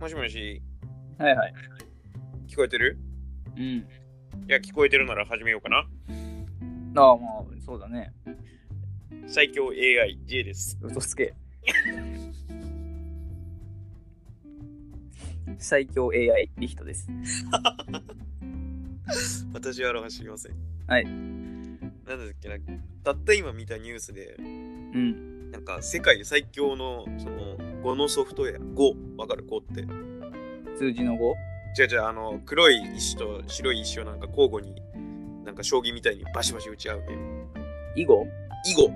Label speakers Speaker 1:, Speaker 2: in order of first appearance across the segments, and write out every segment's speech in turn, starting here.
Speaker 1: もしもし、
Speaker 2: はいはい。
Speaker 1: 聞こえてる
Speaker 2: うん。
Speaker 1: いや、聞こえてるなら始めようかな。
Speaker 2: ああ、まあ、そうだね。
Speaker 1: 最強 AI、J です。
Speaker 2: 嘘つ け。最強 AI リヒトです。
Speaker 1: 私は知りません。
Speaker 2: はい
Speaker 1: なんだっけな、たった今見たニュースで、
Speaker 2: うん。
Speaker 1: なんか世界最強のその5のソフトウェア、5、わかる ?5 って。
Speaker 2: 数字の 5?
Speaker 1: じゃじゃあの黒い石と白い石をなんか交互に、なんか将棋みたいにバシバシ打ち合うゲーム。
Speaker 2: 以後
Speaker 1: 囲碁、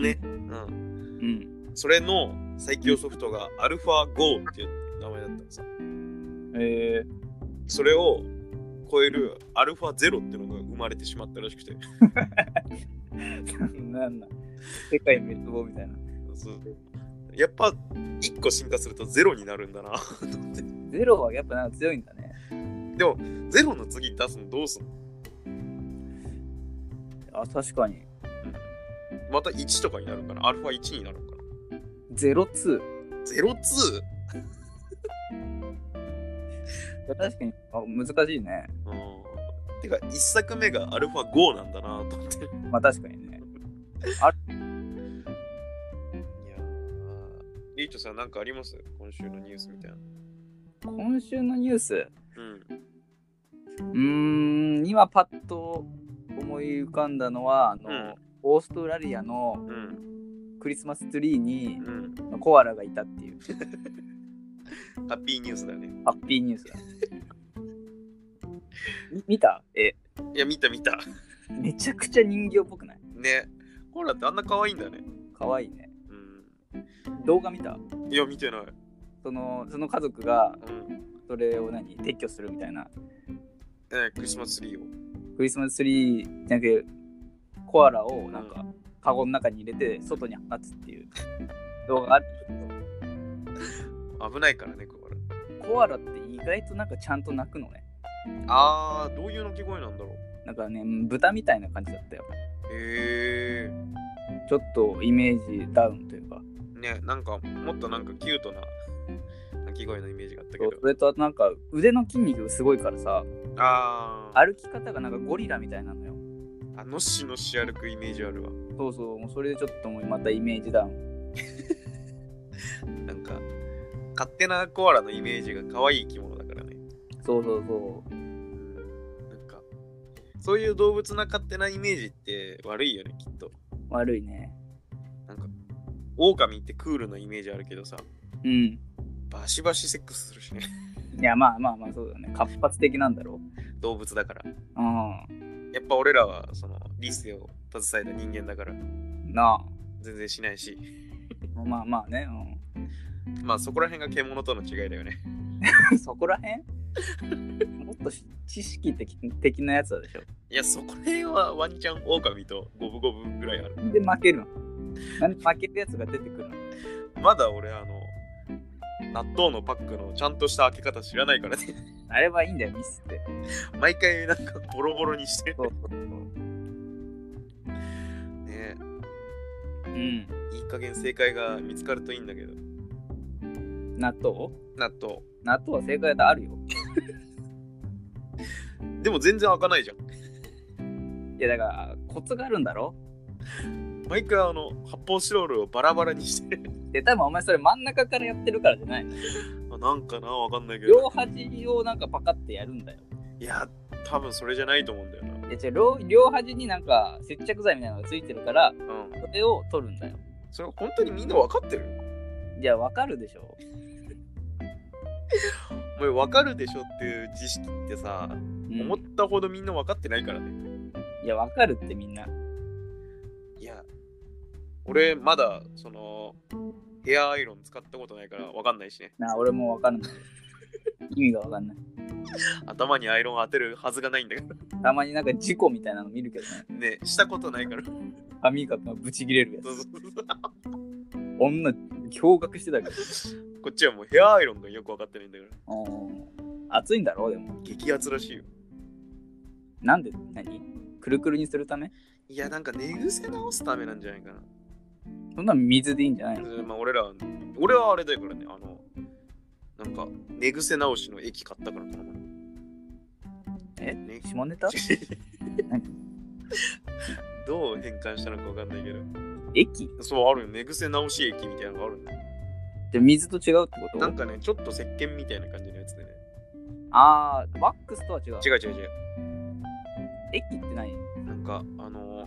Speaker 1: 5ね。うん。
Speaker 2: うん。
Speaker 1: それの最強ソフトが α5 っていう名前だったのさ。
Speaker 2: え
Speaker 1: それを超えるアルファゼロっていうのが生まれてしまったらしくて。
Speaker 2: ー、なんだ。世界滅亡みたいな。
Speaker 1: そうやっぱ1個進化するとゼロになるんだな。
Speaker 2: ゼロはやっぱなんか強いんだね。
Speaker 1: でもゼロの次出すのどうすんの
Speaker 2: あ、確かに。
Speaker 1: また1とかになるんかなアルファ1になるんか
Speaker 2: ゼロツ
Speaker 1: なゼロ 2?
Speaker 2: ー。確かにあ難しいね。
Speaker 1: うん。てか1作目がアルファ5なんだなと思って。いや
Speaker 2: まあ確かにね。
Speaker 1: ーリートさんなんかあります今週のニュースみたいな。
Speaker 2: 今週のニュース。
Speaker 1: うん。
Speaker 2: うーん、今パッと思い浮かんだのは、あの、
Speaker 1: うん
Speaker 2: オーストラリアの
Speaker 1: うん。
Speaker 2: クリスマスツリーに
Speaker 1: うん。
Speaker 2: コアラがいたっていう
Speaker 1: ハッピーニュースだね。
Speaker 2: ハッピー ニュースだ。み見たえ、
Speaker 1: いや、見た見た。
Speaker 2: めちゃくちゃ人形っぽくない
Speaker 1: ね。コーラってあんな可愛いんだね。
Speaker 2: かわいいね。
Speaker 1: う
Speaker 2: 動画見た
Speaker 1: ん。いや、見てない。
Speaker 2: そのその家族が
Speaker 1: うん。
Speaker 2: それを何撤去するみたいな。
Speaker 1: えークリスマスツリーを。
Speaker 2: クリスマスツリーじゃなくてコアラをなんかカゴの中に入れて外に放つっていう動画がある。
Speaker 1: 危ないからね、コーラ。
Speaker 2: コアラって意外となんかちゃんと鳴くのね。
Speaker 1: あー、どういう鳴き声なんだろう。
Speaker 2: なんかね、豚みたいな感じだったよ。
Speaker 1: へえ
Speaker 2: ちょっとイメージダウンというか。
Speaker 1: ー。ね、なんか、もっとなんかキュートな鳴き声のイメージがあったけ
Speaker 2: そ
Speaker 1: ど
Speaker 2: う。それとなんか腕の筋肉がすごいからさ、
Speaker 1: あー、
Speaker 2: 歩き方がなんかゴリラみたいなのよ。
Speaker 1: あのっしのっし歩くイメージあるわ。
Speaker 2: そうそう、もうそれでちょっともうまたイメージダウン。
Speaker 1: なんか、勝手なコアラのイメージが可愛い生き物だからね。
Speaker 2: そうそうそ
Speaker 1: う
Speaker 2: う。
Speaker 1: ん。なんか、そういう動物な勝手なイメージって悪いよね、きっと。
Speaker 2: 悪いね。
Speaker 1: なんか、狼ってクールなイメージあるけどさ、
Speaker 2: うん。
Speaker 1: バシバシセックスするしね、
Speaker 2: いや、まあまあまあ、そうだね。活発的なんだろ
Speaker 1: 動物だから。
Speaker 2: う。うん。
Speaker 1: やっぱ俺らは、その、理性を携えた人間だから、
Speaker 2: な
Speaker 1: 全然しないし、
Speaker 2: あ。まあまあね。
Speaker 1: まあそこら辺が獣との違いだよね。
Speaker 2: うん、 そこらへん もっとし知識的的なやつだでしょ。
Speaker 1: いや、そこら辺はワンチャン狼と五分五分ぐらいある。
Speaker 2: で、負けるの。なんで負けるやつが出てくるの
Speaker 1: まだ俺、あの、納豆のパックのちゃんとした開け方知らないからね。
Speaker 2: あれはいいんだよ、ミスって。
Speaker 1: 毎回なんかボロボロにして
Speaker 2: そうそうそう。
Speaker 1: ね。
Speaker 2: うん。
Speaker 1: いい加減正解が見つかるといいんだけど。
Speaker 2: 納豆
Speaker 1: 納豆。
Speaker 2: 納豆は正解だあるよ。
Speaker 1: でも全然開かないじゃん。
Speaker 2: いやだからコツがあるんだろ
Speaker 1: 毎回あの、発泡スチロールをバラバラにして。
Speaker 2: で多分お前それ真ん中からやってるからじゃない
Speaker 1: あ なんかな、わかんないけど。
Speaker 2: 両端をなんかパカってやるんだよ。
Speaker 1: いや、多分それじゃないと思うんだよな。
Speaker 2: いや違う両両端になんか接着剤みたいなのがついてるから
Speaker 1: うん。
Speaker 2: それを取るんだよ。
Speaker 1: それ本当にみんなわかってる
Speaker 2: じゃあわかるでしょ
Speaker 1: お前わかるでしょっていう知識ってさ、
Speaker 2: うん
Speaker 1: 思ったほどみんなわかってないからね。
Speaker 2: いやわかるってみんな。
Speaker 1: いや、俺まだその、ヘアアイロン使ったことないからわかんないしね。
Speaker 2: なあ俺もわかるんだよ。 意味がわかんない。
Speaker 1: 頭にアイロン当てるはずがないんだけど。
Speaker 2: たまになんか事故みたいなの見るけどね。
Speaker 1: ね、したことないから。
Speaker 2: 歯磨きがブチ切れるや
Speaker 1: そう
Speaker 2: つ。
Speaker 1: そうそう
Speaker 2: 女驚愕してたけど。
Speaker 1: こっちはもうヘアアイロンがよくわかってないんだから。
Speaker 2: うん暑いんだろでも。
Speaker 1: 激アツらしいよ。
Speaker 2: なんで何くるくるにするため
Speaker 1: いや、なんか寝癖直すためなんじゃないかな。
Speaker 2: そんなの水でいいんじゃないの
Speaker 1: まあ俺らは、俺はあれだからね、あの、なんか、寝癖直しの液買ったからこの前
Speaker 2: え
Speaker 1: ね
Speaker 2: 下ネタ
Speaker 1: どう変換したのかわかんないけど。
Speaker 2: 駅
Speaker 1: そう、あるよ。寝癖直し液みたいなのがあるんだよ
Speaker 2: で水と違うってこ
Speaker 1: なん
Speaker 2: と
Speaker 1: かね、ちょっと石鹸みたいな感じのやつでね。
Speaker 2: ああ、ワックスとは違う。
Speaker 1: 違う違う違う。
Speaker 2: 駅って何
Speaker 1: なんか、あのー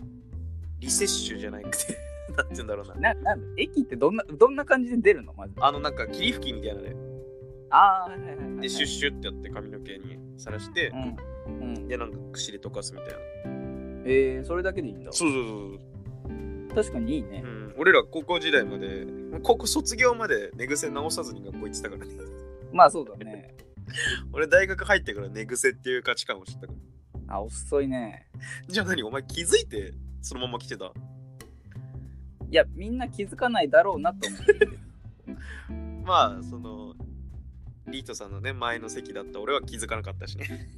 Speaker 1: リセッシュじゃなくて、 なんて言うんだろうな。
Speaker 2: ななん駅ってどんなどんな感じで出るのまず。
Speaker 1: あの、なんか、霧吹きみたいなね。
Speaker 2: ああー、はいはいはいはい。
Speaker 1: で、シュッシュってやって髪の毛にさらして、
Speaker 2: うん。うん、
Speaker 1: で、なんか、くしで溶かすみたいな。
Speaker 2: えー、それだけでいいんだ。
Speaker 1: そうそうそう
Speaker 2: 確かにいいね
Speaker 1: そう。う。ん。俺ら高校時代まで、高校卒業まで寝癖直さずに学校行ってたからね。
Speaker 2: まあそうだね。
Speaker 1: 俺、大学入ってから寝癖っていう価値観を知ったから。
Speaker 2: あ、遅いね。
Speaker 1: じゃあ何お前気づいてそのまま来てた
Speaker 2: いや、みんな気づかないだろうなと思って。
Speaker 1: まあそのリートさんのね前の席だった俺は気づかなかったしね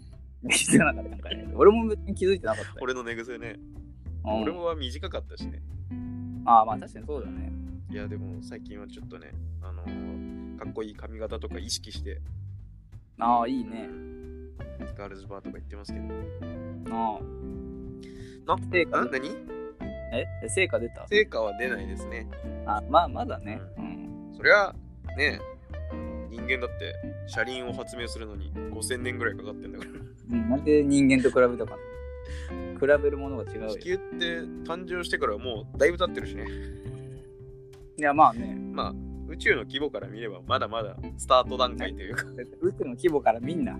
Speaker 2: 気づかなかったんかね。俺も別に気づいてなかったよ。
Speaker 1: 俺の寝癖ね、
Speaker 2: うん
Speaker 1: 俺もは短かったしね
Speaker 2: ああ、まあ確かにそうだね。
Speaker 1: いやでも最近はちょっとねあのかっこいい髪型とか意識して
Speaker 2: ああ、いいね。
Speaker 1: ガールズバーとか行ってますけど
Speaker 2: あ
Speaker 1: な
Speaker 2: あ。成
Speaker 1: あ
Speaker 2: 果出
Speaker 1: 何
Speaker 2: え成果出た
Speaker 1: 成果は出ないですね
Speaker 2: あまあ、まだね。うん。
Speaker 1: そりゃね人間だって車輪を発明するのに5000年ぐらいかかってんだから
Speaker 2: うんなんで人間と比べたかな比べるものが違うよ。
Speaker 1: 地球って誕生してからもうだいぶ経ってるしね
Speaker 2: いや、まあね。
Speaker 1: まあ、宇宙の規模から見れば、まだまだスタート段階というか、
Speaker 2: 宇宙の規模からみんな。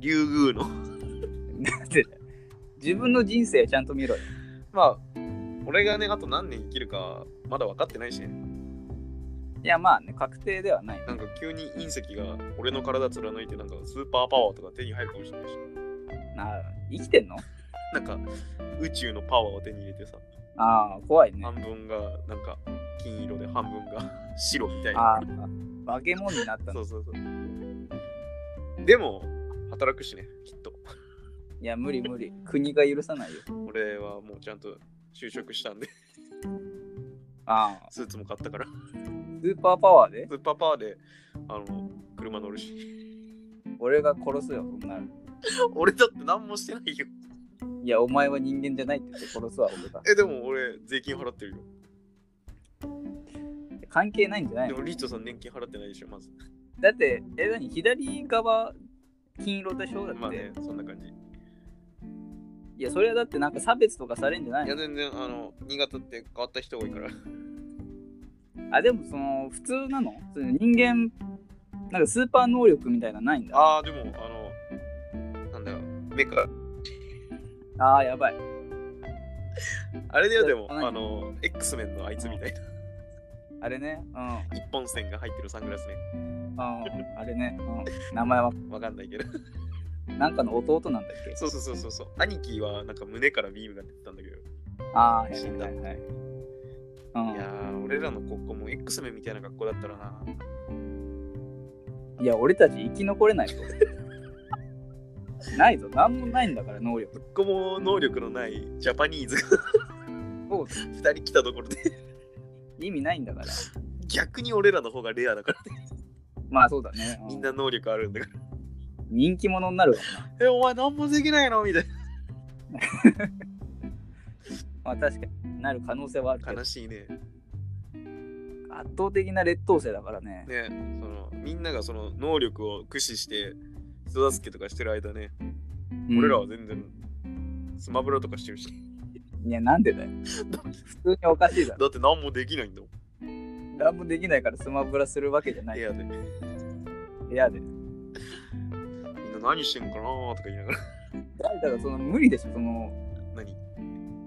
Speaker 1: 竜宮の。
Speaker 2: だって自分の人生ちゃんと見ろよ。
Speaker 1: まあ、俺がね、あと何年生きるか、まだ分かってないしね。
Speaker 2: いや、まあね、確定ではない。
Speaker 1: なんか急に隕石が俺の体貫いて、なんかスーパーパワーとか手に入るかもしれないし、
Speaker 2: な生きてんの
Speaker 1: なんか宇宙のパワーを手に入れてさ、
Speaker 2: ああ、怖いね。
Speaker 1: 半分がなんか金色で、半分が 白みたい
Speaker 2: あ
Speaker 1: な
Speaker 2: あ。、化け物になった
Speaker 1: そ
Speaker 2: の。
Speaker 1: うそうそう。でも、働くしね、きっと。
Speaker 2: いや、無理無理。国が許さないよ。
Speaker 1: 俺はもうちゃんと就職したんで、
Speaker 2: ああ、
Speaker 1: スーツも買ったから、
Speaker 2: スーパーパワーで
Speaker 1: スーパーパワーで、あの、車乗るし。
Speaker 2: 俺が殺すよ、そんなの。
Speaker 1: 俺だって何もしてないよ。
Speaker 2: いや、お前は人間じゃないって言って殺すわ、俺が。
Speaker 1: え、でも俺、税金払ってるよ。
Speaker 2: 関係ないんじゃない
Speaker 1: で
Speaker 2: の
Speaker 1: も、リートさん年金払ってないでしょ、まず。
Speaker 2: だって、え、何左側、金色でしょだって、
Speaker 1: まあね、そんな感じ。い
Speaker 2: いや、それはだってなんか差別とかされんじゃない
Speaker 1: や、
Speaker 2: の
Speaker 1: 全然、あの、新潟って変わった人多いから。
Speaker 2: あ、でもその、普通なのその人間、なんかスーパー能力みたいなのないんだ。
Speaker 1: ああ、でも、あの、なんだよ、メカ。
Speaker 2: あー、やばい。
Speaker 1: あれだよ、でも、
Speaker 2: いや
Speaker 1: あの、X メンのあいつみたいな。
Speaker 2: あれね。うん。
Speaker 1: 一本線が入ってるサングラスね。
Speaker 2: うんあれね。うん。名前は、
Speaker 1: わかんないけど。
Speaker 2: なんかの弟なんだっけ
Speaker 1: そうそうそうそうそう。兄貴は、なんか胸からビームが出てたんだけど。
Speaker 2: ああ、
Speaker 1: 死んだ
Speaker 2: はいはい
Speaker 1: いやー、俺らの高校も X メンみたいな学校だったらな。
Speaker 2: うん、いや、俺たち生き残れないぞ。ないぞ。なんもないんだから、能力。
Speaker 1: 一個も能力のないジャパニーズが
Speaker 2: そう
Speaker 1: 二人来たところで。
Speaker 2: 意味ないんだから。
Speaker 1: 逆に俺らの方がレアだから、
Speaker 2: まあそうだね。
Speaker 1: みんな能力あるんだか
Speaker 2: 人気者になるわな。
Speaker 1: ら。え、お前何もできないのみたい
Speaker 2: まあ確かになる可能性はあるけ
Speaker 1: な。
Speaker 2: ど
Speaker 1: 悲、しいね。
Speaker 2: 圧倒的な劣等生だからね。
Speaker 1: ね、その、みんながその能力を駆使して、人助けとかしてる間ね、
Speaker 2: うん
Speaker 1: 俺らは全然、スマブラとかしてるし、
Speaker 2: いや、なんでだよ。普通におかしいだろ。
Speaker 1: だって何もできないんだもん、
Speaker 2: 何もできないからスマブラするわけじゃない
Speaker 1: 部。屋で。みん
Speaker 2: 部屋で。
Speaker 1: な何してんかなーとか言いながら、
Speaker 2: だからその無理でしょ。その
Speaker 1: 何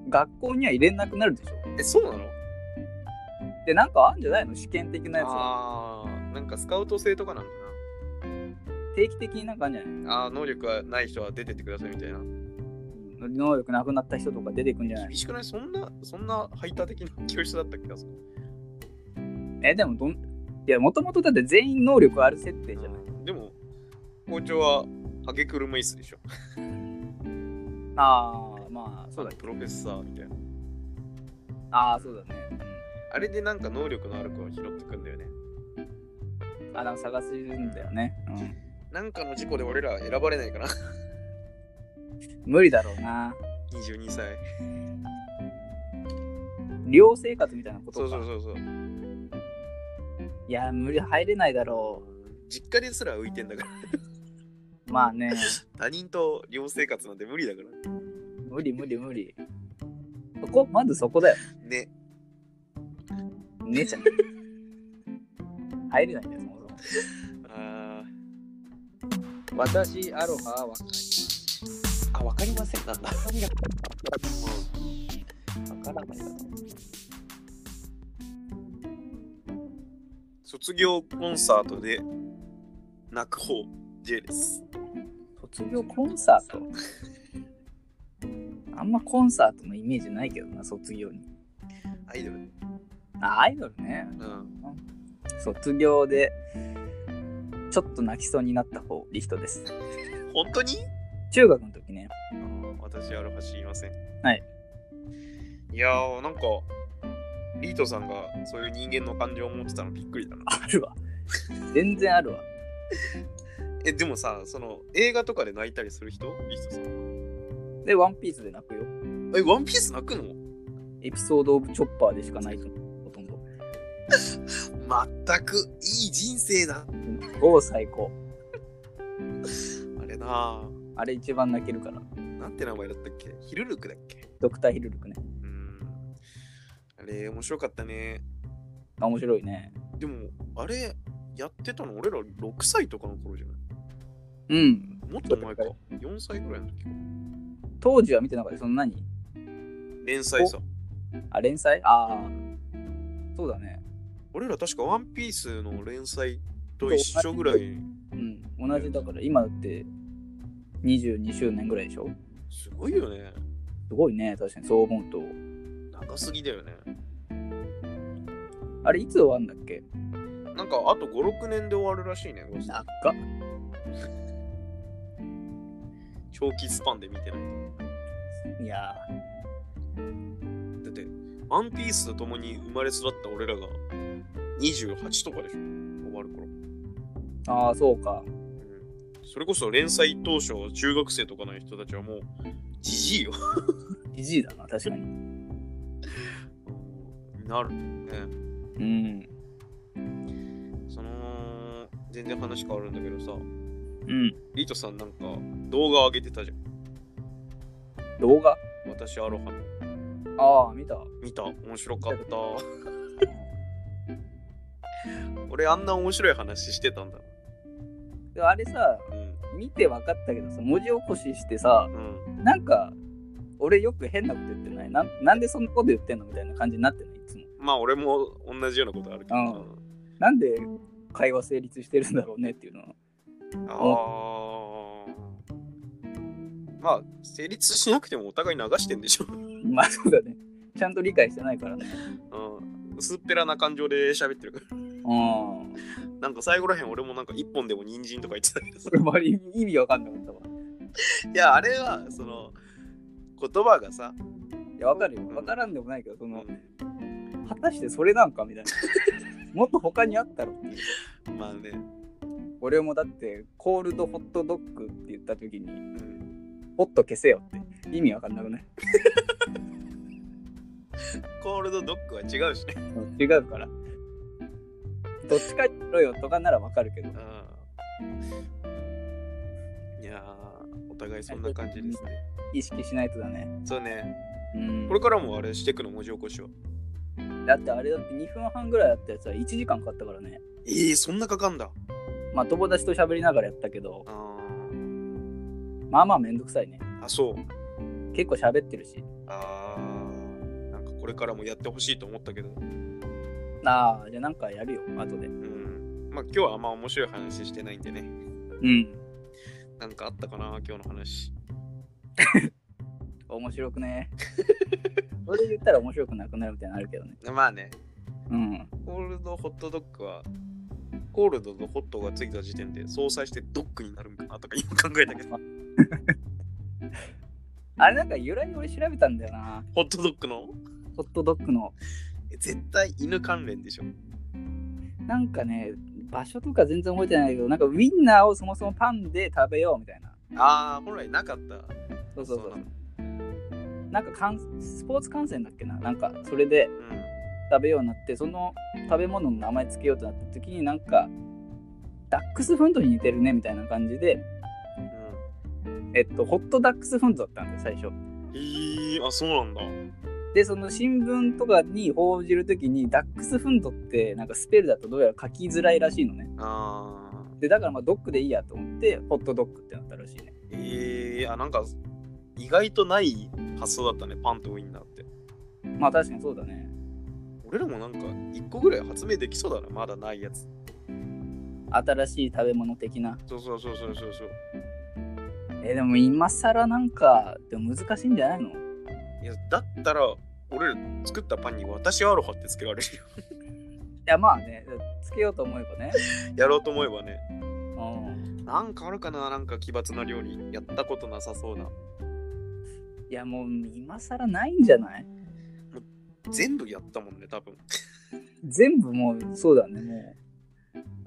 Speaker 2: 学校には入れなくなるでしょ。
Speaker 1: え、そうなの
Speaker 2: で、なんかあんじゃないの試験的なやつ
Speaker 1: あ
Speaker 2: は。
Speaker 1: ー、なんかスカウト制とかなんか
Speaker 2: 定期的になんかあんじゃない
Speaker 1: な。あー、能力はない人は出てってくださいみたいな。
Speaker 2: の能力なくなった人とか出てくんじゃない
Speaker 1: 厳しくないそんな、そんな排他的な教室だったっけあそこ
Speaker 2: え、でもどん、いや、もともとだって全員能力ある設定じゃない。
Speaker 1: でも、校長は、ハゲ車椅子でしょ。
Speaker 2: ああ、まあ、そうだっけ。
Speaker 1: プロフェッサーみたいな。
Speaker 2: ああ、そうだね。
Speaker 1: あれでなんか能力のある子を拾ってくんだよね。
Speaker 2: うんあ、なんか探すんだよね。うん。
Speaker 1: なんかの事故で俺ら選ばれない かな。
Speaker 2: 無理だろうな。
Speaker 1: 22歳。
Speaker 2: 寮生活みたいなこと
Speaker 1: そ
Speaker 2: か。
Speaker 1: うそうそうそう。
Speaker 2: いや、無理、入れないだろ
Speaker 1: 実家ですら浮いてんだから。
Speaker 2: う。まあね、
Speaker 1: 他人と寮生活なんて無理だから。
Speaker 2: 無理無理無理。そこ、まずそこだよ。
Speaker 1: ね。
Speaker 2: 姉ちゃん。入れないんだよ、そもそも。
Speaker 1: あ
Speaker 2: 私、アロハは。
Speaker 1: ーあ、わかりませんなんだ。わからない卒業コンサートで泣く方 J です。
Speaker 2: 卒業コンサートあんまコンサートのイメージないけどな、卒業に。
Speaker 1: アイドル。
Speaker 2: あ、アイドルね。
Speaker 1: うん。
Speaker 2: 卒業で、ちょっと泣きそうになった方、リヒトです。
Speaker 1: 本当に
Speaker 2: 中学の時ね。
Speaker 1: 私、アルファ知りません。
Speaker 2: はい。
Speaker 1: いやー、なんか、リートさんがそういう人間の感情を持ってたのびっくりだな。
Speaker 2: あるわ。全然あるわ。
Speaker 1: え、でもさ、その映画とかで泣いたりする人リートさんは。
Speaker 2: で、ワンピースで泣くよ。
Speaker 1: え、ワンピース泣くの
Speaker 2: エピソード・オブ・チョッパーでしかないと思う、ほとんど。
Speaker 1: まったくいい人生だ。
Speaker 2: おー、最高。
Speaker 1: あれな
Speaker 2: あれ一番泣けるから。
Speaker 1: ぁ。なんて名前だったっけヒルルクだっけ
Speaker 2: ドクター・ヒルルクね。
Speaker 1: うーん。あれ、面白かったね。
Speaker 2: あ面白いね。
Speaker 1: でも、あれ、やってたの俺ら6歳とかの頃じゃない
Speaker 2: うん。
Speaker 1: もっと前か。4歳ぐらいの時か。
Speaker 2: 当時は見てなかった。その何
Speaker 1: 連載さ。
Speaker 2: あ、連載ああ。そうだね。
Speaker 1: 俺ら確かワンピースの連載と一緒ぐらい。
Speaker 2: うん。同じだから、今だって22周年ぐらいでしょ
Speaker 1: すごいよね。
Speaker 2: すごいね。確かにそう思うと。
Speaker 1: 長すぎだよね。
Speaker 2: あれ、いつ終わるんだっけ
Speaker 1: なんかあと5、6年で終わるらしいね。
Speaker 2: なんか
Speaker 1: 長期スパンで見てない
Speaker 2: いや
Speaker 1: と。だって、ワンピースと共に生まれ育った俺らが28とかでしょ。終わる頃。
Speaker 2: ー。ああ、そうか。
Speaker 1: それこそ連載当初、中学生とかの人たちはもう、じじいよ。
Speaker 2: じじいだな、確かに。
Speaker 1: なるね。
Speaker 2: うん。
Speaker 1: その、全然話変わるんだけどさ、
Speaker 2: うん。
Speaker 1: リトさんなんか動画上げてたじゃん。
Speaker 2: 動画
Speaker 1: 私アロハの
Speaker 2: ああ、見た。
Speaker 1: 見た面白かった。俺あんな面白い話してたんだ。
Speaker 2: であれさ、
Speaker 1: うん。
Speaker 2: 見て分かったけどさ、文字起こししてさ、
Speaker 1: うん。
Speaker 2: なんか、俺よく変なこと言ってないなんなんでそんなこと言ってんのみたいな感じになってないいつも。
Speaker 1: まあ俺も同じようなことあるけど
Speaker 2: う
Speaker 1: な。
Speaker 2: なんで会話成立してるんだろうねっていうのは。
Speaker 1: ああ。まあ、成立しなくてもお互い流してんでしょ。
Speaker 2: まあそうだね。ちゃんと理解してないからね。
Speaker 1: うん。薄っぺらな感情で喋ってるから。
Speaker 2: うん。
Speaker 1: なんか最後らへん俺もなんか一本でも人参とか言ってたけ どさ
Speaker 2: それもあり意味わかんなかったわ。
Speaker 1: いや、あれは、その、言葉がさ、
Speaker 2: いや、わかるよ。わからんでもないけど、その、果たしてそれなんかみたいな。 もっと他にあったろっていう。
Speaker 1: まあね、
Speaker 2: 俺もだって、コールドホットドッグって言った時に、
Speaker 1: うん
Speaker 2: ホット消せよって意味わかんなくない
Speaker 1: コールドドッグは違うしね。
Speaker 2: 違うから。どっちかにしろよとかならわかるけど。
Speaker 1: うんいやー、お互いそんな感じですね。
Speaker 2: 意識しないとだね。
Speaker 1: そうね、
Speaker 2: うん
Speaker 1: これからもあれしてくの文字起こしは。
Speaker 2: だってあれだって2分半ぐらいだったやつは1時間かかったからね。
Speaker 1: ええそんなかかんだ。
Speaker 2: まあ友達と喋りながらやったけど、
Speaker 1: あー
Speaker 2: まあまあめんどくさいね。
Speaker 1: あ、そう。
Speaker 2: 結構喋ってるし。
Speaker 1: あーなんかこれからもやってほしいと思ったけど、
Speaker 2: ああ、じゃあなんかやるよ、後で
Speaker 1: う。ん。まあ今日はあんま面白い話してないんでね。
Speaker 2: うん。
Speaker 1: なんかあったかな、今日の話。
Speaker 2: 面白く ね。それ言ったら面白くなくなるみたいなのあるけどね。
Speaker 1: まあね、
Speaker 2: うん。
Speaker 1: コールドホットドッグは、コールドとホットがついた時点で相殺してドッグになるんかなとか今考えたけど、
Speaker 2: あれなんか由来俺調べたんだよな。
Speaker 1: ホットドッグの
Speaker 2: ホットドッグの。
Speaker 1: え絶対犬関連でしょ。
Speaker 2: なんかね、場所とか全然覚えてないけど、なんかウインナーをそもそもパンで食べようみたいな。
Speaker 1: ああ、本来なかった。
Speaker 2: そうそ
Speaker 1: そ
Speaker 2: うそうう。なんかかんスポーツ観戦だっけななんかそれで
Speaker 1: うん。
Speaker 2: 食べようになって、その食べ物の名前つけようとなった時になんか、ダックスフンドに似てるねみたいな感じで、えっと、ホットダックスフンドだったんで最初。
Speaker 1: うん。へえあ、そうなんだ。
Speaker 2: で、その新聞とかに報じるときに、ダックスフンドってなんかスペルだとどうやら書きづらいらしいのね。
Speaker 1: ああ。
Speaker 2: で、だからまあドッグでいいやと思って、ホットドッグってなったらしいね。
Speaker 1: ええあ、なんか、意外とない発想だったね、パンとウインナーって。
Speaker 2: まあ確かにそうだね。
Speaker 1: 俺らもなんか、一個ぐらい発明できそうだな、まだないやつ。
Speaker 2: 新しい食べ物的な。
Speaker 1: そうそうそうそうそうそう。
Speaker 2: えーでも今更なんか、でも難しいんじゃないの
Speaker 1: いや、だったら、俺ら作ったパンに私アロハってつけられるよ。
Speaker 2: いやまあね、つけようと思えばね。
Speaker 1: やろうと思えばね。
Speaker 2: うん。
Speaker 1: なんかあるかななんか奇抜な料理。やったことなさそうな。
Speaker 2: いやもう今更ないんじゃない
Speaker 1: 全部やったもんね、多分。
Speaker 2: 全部もうそうだね、も
Speaker 1: も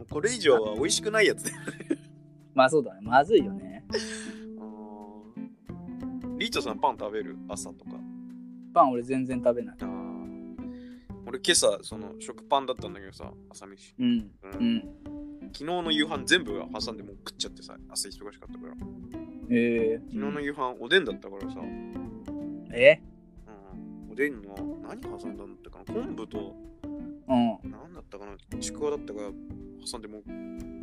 Speaker 1: うこれ以上は美味しくないやつだよ。
Speaker 2: う。まあそうだね、まずいよね。
Speaker 1: リートさんパン食べる朝とか。
Speaker 2: パン俺全然食べない。
Speaker 1: あー俺今朝、その食パンだったんだけどさ、朝飯。
Speaker 2: うん。
Speaker 1: うん
Speaker 2: うん。
Speaker 1: 昨日の夕飯全部挟んでもう食っちゃってさ、朝忙しかったから。昨
Speaker 2: えー、
Speaker 1: 日の夕飯おでんだったからさ、
Speaker 2: え
Speaker 1: うん、おでんの何挟んだんだったかな昆布と
Speaker 2: うん。
Speaker 1: 何だったかなちくわだったか挟んでもう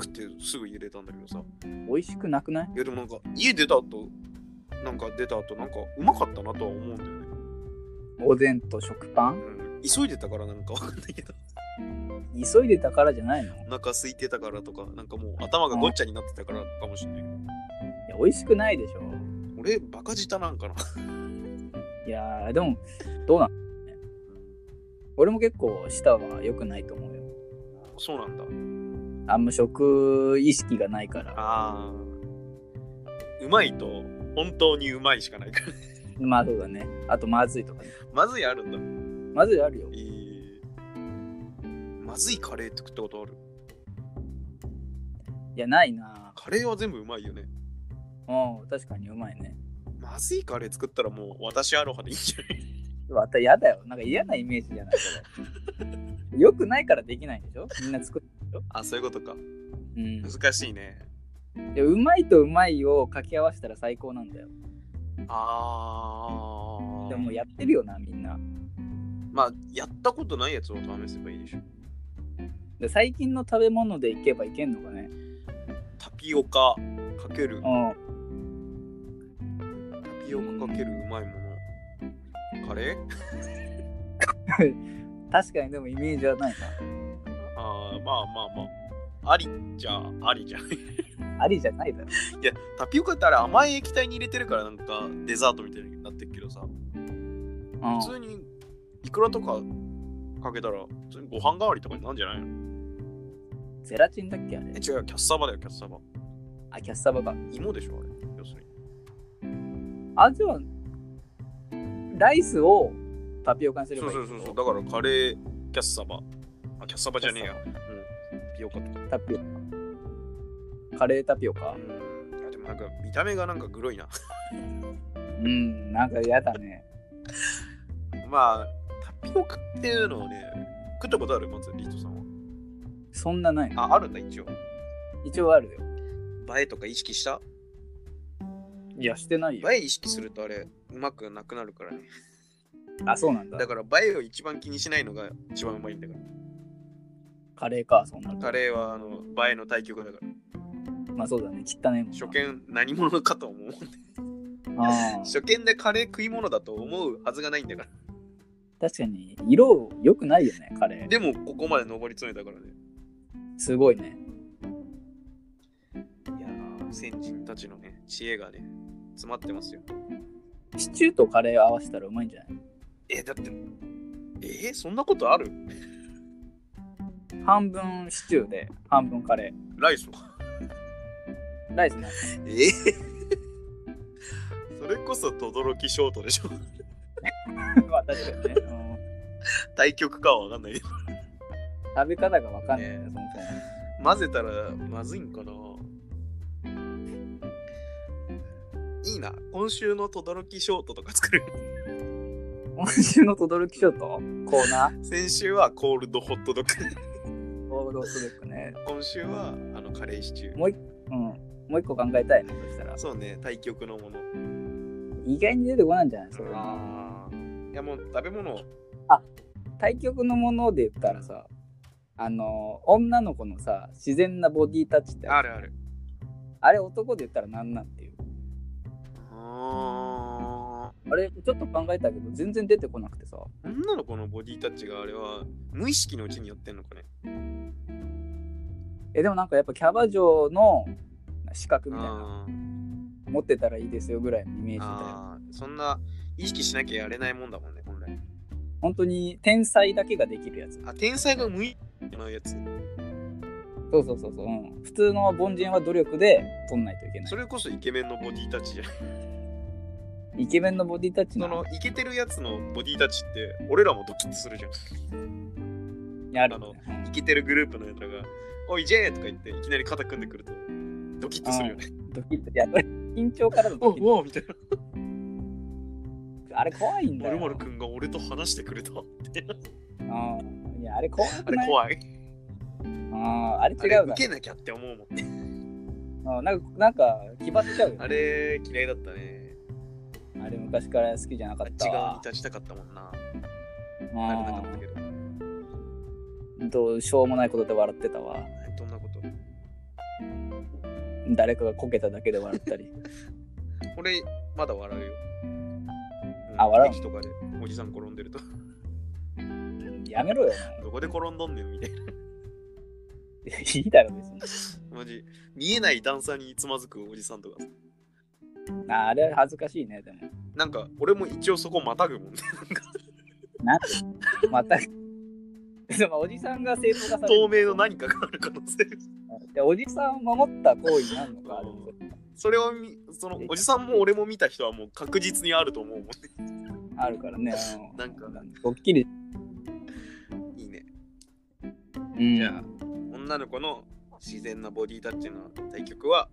Speaker 1: 食ってすぐ家出たんだけどさ
Speaker 2: 美味しくなくない
Speaker 1: いやでもなんか家出た後なんか出た後なんかうまかったなとは思うんだよね、
Speaker 2: おでんと食パン
Speaker 1: うん、急いでたからなんかわかんないけど
Speaker 2: 急いでたからじゃないのい
Speaker 1: お腹空いてたからとかなんかもう頭がごっちゃになってたからかもしれないけど
Speaker 2: や美味しくないでしょ
Speaker 1: 俺バカ舌なん かな
Speaker 2: いやーでもどうなの俺も結構舌は良くないと思うよ
Speaker 1: そうなんだ
Speaker 2: あんま食意識がないから
Speaker 1: あーうまいと本当にうまいしかないから
Speaker 2: まあそうだねあとまずいとかね
Speaker 1: まずいあるんだ
Speaker 2: まずいあるよ
Speaker 1: えーまずいカレーって食ったことある
Speaker 2: いやないな
Speaker 1: カレーは全部うまいよね
Speaker 2: うん確かにうまいね
Speaker 1: まずいカレー作ったらもう私アロハでいいんじゃ ない
Speaker 2: また嫌だよなんか嫌なイメージじゃないこれ良くないからできないんでしょみんな作って
Speaker 1: あそういうことか
Speaker 2: うん
Speaker 1: 難しいね
Speaker 2: でうまいとうまいを掛け合わせたら最高なんだよ
Speaker 1: あー
Speaker 2: でもやってるよなみんな
Speaker 1: まあやったことないやつを試せばいいでしょ
Speaker 2: で最近の食べ物でいけばいけんのかね
Speaker 1: タピオカかける
Speaker 2: うん
Speaker 1: タピオカかけるうまいものカレー
Speaker 2: 確かにでもイメージはない
Speaker 1: あーまあまあまあありじゃあありじゃんい
Speaker 2: な。ありじゃないだろ。
Speaker 1: やタピオカってあれ甘い液体に入れてるからなんかデザートみたいになってるけどさ
Speaker 2: うん
Speaker 1: 普通にいくらとかかけたら普通にご飯代わりとかになるんじゃないの
Speaker 2: ゼラチンだっけあれ
Speaker 1: え。違うキャッサバだよキャッサバ
Speaker 2: あ、キャッサバか。
Speaker 1: 芋でしょあれ要するに
Speaker 2: あ、じゃあ、ライスをタピオカにすれ
Speaker 1: そ
Speaker 2: ば
Speaker 1: う
Speaker 2: いい
Speaker 1: そうそうそうだからカレーキャッサバあキャッサバじゃねえやタピオカとか
Speaker 2: タピオカ。カレータピオカ
Speaker 1: う。んいやでもなんか見た目がなんかグロいな
Speaker 2: うん、なんか嫌だね。
Speaker 1: まあタピオカっていうのをね食ったことあるまずリートさんは
Speaker 2: そんなないな。
Speaker 1: ああるんだ一応
Speaker 2: 一応あるよ。
Speaker 1: 映えとか意識した
Speaker 2: いや、してないよ。
Speaker 1: 映え意識するとあれうまくなくなるからね
Speaker 2: あ、そうなんだ
Speaker 1: だ。から映えを一番気にしないのが一番うまいんだから
Speaker 2: カレーか、そんなの。
Speaker 1: カレーはあの映えの対局だから
Speaker 2: まあそうだね。汚ねえもんな。
Speaker 1: 初見何者かと思う
Speaker 2: あー
Speaker 1: 初見でカレー食い物だと思うはずがないんだから
Speaker 2: 確かに、色良くないよね、カレー。
Speaker 1: でもここまで上り詰めたからね
Speaker 2: すごいね。
Speaker 1: いやー先人たちのね知恵がね詰まってますよ
Speaker 2: シチューとカレー合わせたらうまいんじゃない
Speaker 1: えだってえー、そんなことある
Speaker 2: 半分シチューで、半分カレ
Speaker 1: ライスは
Speaker 2: ー。ライスね。
Speaker 1: え それこそ轟ショートでしょ
Speaker 2: まあ確かに ね。うん
Speaker 1: 対局かは分かんないけど
Speaker 2: 食べ方がわかんないね、
Speaker 1: ね
Speaker 2: そもそも。
Speaker 1: 混ぜたらまずいんかな。いいな。今週の轟ショートとか作る。
Speaker 2: 今週の轟ショートコーナー
Speaker 1: 先週はコールドホットドッグ。
Speaker 2: オールオスですね。
Speaker 1: 今週はあのカレーシチュー。
Speaker 2: もう一うん。もう一個考えたいね、そしたら。
Speaker 1: そうね、対局のもの。
Speaker 2: 意外に出てこないんじゃないですか。
Speaker 1: あーいやもう食べ物を。
Speaker 2: 対局のもので言ったらさ、あの、女の子のさ、自然なボディタッチってあ
Speaker 1: あ
Speaker 2: る
Speaker 1: るある。
Speaker 2: あれ男で言ったら何なんっていう。
Speaker 1: あ
Speaker 2: あれ、ちょっと考えたけど、全然出てこなくてさ。
Speaker 1: ー女の子のボディタッチがあれは無意識のうちにやってんのかね。
Speaker 2: え、でもなんかやっぱキャバ嬢の資格みたいな、
Speaker 1: あ
Speaker 2: 持ってたらいいですよぐらいのイメー
Speaker 1: ー
Speaker 2: ジだよ。
Speaker 1: あー、そんな意識しなきゃやれないもんだもんね、本来。
Speaker 2: 本当に天才だけができるやつ。
Speaker 1: あ、天才が無意識のやつ。
Speaker 2: そうそうそうそう。うん、普通の凡人は努力で取んないといけない
Speaker 1: そ。れこそイケメンのボディタッチじゃない。
Speaker 2: イケメンのボディタッチ
Speaker 1: そ
Speaker 2: な
Speaker 1: のイケてるやつのボディタッチって俺らもドキッとするじゃん。
Speaker 2: にあるよね、
Speaker 1: イケてるグループのやつらが、おい、ジェーとか言っていきなり肩組んでくるとドキッとするよね。
Speaker 2: うんドキッといや緊張からの
Speaker 1: お
Speaker 2: ドキッ
Speaker 1: おみたいな。
Speaker 2: あれ怖いんだ
Speaker 1: ま
Speaker 2: よ。
Speaker 1: るまるくんが俺と話してくれた。
Speaker 2: うんいやあれ怖
Speaker 1: あ
Speaker 2: く
Speaker 1: れ
Speaker 2: ない
Speaker 1: 怖い。
Speaker 2: うんあれ
Speaker 1: あれ
Speaker 2: 違う
Speaker 1: 受
Speaker 2: な
Speaker 1: けなきゃって思うもん。
Speaker 2: うんなんかなんか気張っちゃうよ
Speaker 1: あれ嫌いだったね。
Speaker 2: あれ昔から好きじゃなか
Speaker 1: あっ
Speaker 2: っ
Speaker 1: ち
Speaker 2: た
Speaker 1: 側に
Speaker 2: わ
Speaker 1: 立ちたかったもんな。
Speaker 2: う
Speaker 1: なれなかったけど。
Speaker 2: んどうしょうもないことで笑ってたわ
Speaker 1: えどんなこと
Speaker 2: 誰かがこけただけで笑ったり
Speaker 1: 俺、まだ笑うよ。
Speaker 2: あ
Speaker 1: うん
Speaker 2: 笑う
Speaker 1: 駅とかでおじさん転んでると。
Speaker 2: やめろよ
Speaker 1: どこで転んどんねんみたいな。
Speaker 2: お前いいだろ別
Speaker 1: マジ、見えない段差につまずくおじさんとかさ。
Speaker 2: にああれは恥ずかしいねでも
Speaker 1: なんか、俺も一応そこまたぐもん ね。
Speaker 2: なんでまたでもおじさんが正当化される
Speaker 1: 透明の何かがある可能性。
Speaker 2: でおじさんを守った行為なんのかでも
Speaker 1: そ
Speaker 2: それ
Speaker 1: れを見、その、おじさんも俺も見た人はもう確実にあると思うもんね。
Speaker 2: あるからねう
Speaker 1: なんか
Speaker 2: ドッキリ
Speaker 1: いいね。
Speaker 2: うん
Speaker 1: じゃあ、女の子の自然なボディタッチの対局は、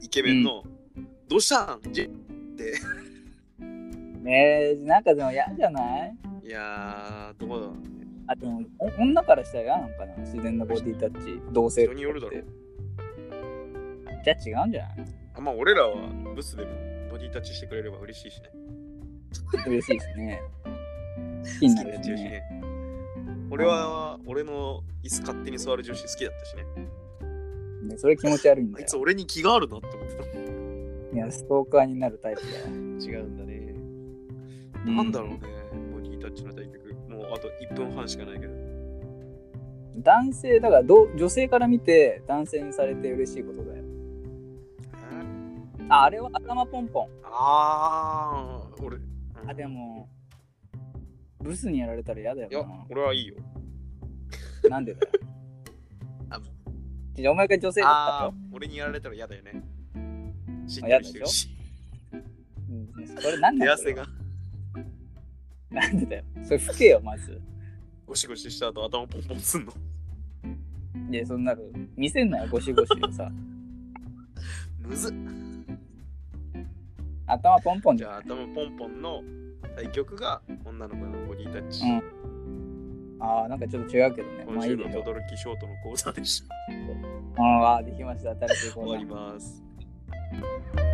Speaker 1: イケメンの、どうしたんじ
Speaker 2: ねえなんかでも嫌じゃない
Speaker 1: いやー、どうだろうね。
Speaker 2: あでもお女からしたら嫌なのかな自然なボディタッチ同性
Speaker 1: 人によるだろう。
Speaker 2: じゃあ違うんじゃない
Speaker 1: あまあ、俺らはブスでもボディタッチしてくれれば嬉しいしね。
Speaker 2: 嬉しいですね好きに
Speaker 1: 好きな
Speaker 2: なるし
Speaker 1: 女子
Speaker 2: ね
Speaker 1: ね。俺は、俺の椅子勝手に座る女子好きだったしね。
Speaker 2: ねそれ気持ち悪いん
Speaker 1: あ
Speaker 2: だ
Speaker 1: い
Speaker 2: よ
Speaker 1: つ俺に気があるなって思ってた。
Speaker 2: いやストーカーになるタイプだよ
Speaker 1: 違うんだね。
Speaker 2: うん
Speaker 1: なんだろうね、ボディタッチの対局。もうあと1分半しかないけど。
Speaker 2: 男性だからどう女性から見て男性にされて嬉しいことだよああれは頭ポンポン
Speaker 1: あー、俺。うん
Speaker 2: あでもブスにやられたら嫌だ
Speaker 1: いや
Speaker 2: よ、
Speaker 1: 俺はいいよ。
Speaker 2: ななんでだよ
Speaker 1: あ
Speaker 2: じゃあお前が女性だった
Speaker 1: あ
Speaker 2: よ
Speaker 1: ー、俺にやられたら嫌だよね。知っ
Speaker 2: あ
Speaker 1: て
Speaker 2: 嫌
Speaker 1: る
Speaker 2: でしょ
Speaker 1: してるし。
Speaker 2: うんそれ何なん
Speaker 1: 手
Speaker 2: だ
Speaker 1: 汗が
Speaker 2: なんでだよ。それ吹けよ、まず。
Speaker 1: ゴシゴシした後頭ポンポンすんの。
Speaker 2: いや、そんなの見せんなよ、ゴシゴシをさ。
Speaker 1: むずっ
Speaker 2: 頭ポンポン
Speaker 1: じ
Speaker 2: じ
Speaker 1: ゃあ
Speaker 2: ゃん。
Speaker 1: 頭ポンポンの対局が女の子のボディタッチ。
Speaker 2: うんああ、なんかちょっと違うけどね。ま
Speaker 1: 今
Speaker 2: あい
Speaker 1: 週
Speaker 2: い
Speaker 1: の
Speaker 2: でしょ。
Speaker 1: 轟ショートの講座でした。
Speaker 2: ああ、できました。新しいコ
Speaker 1: 終
Speaker 2: ーナ
Speaker 1: わ
Speaker 2: ー
Speaker 1: り。ます。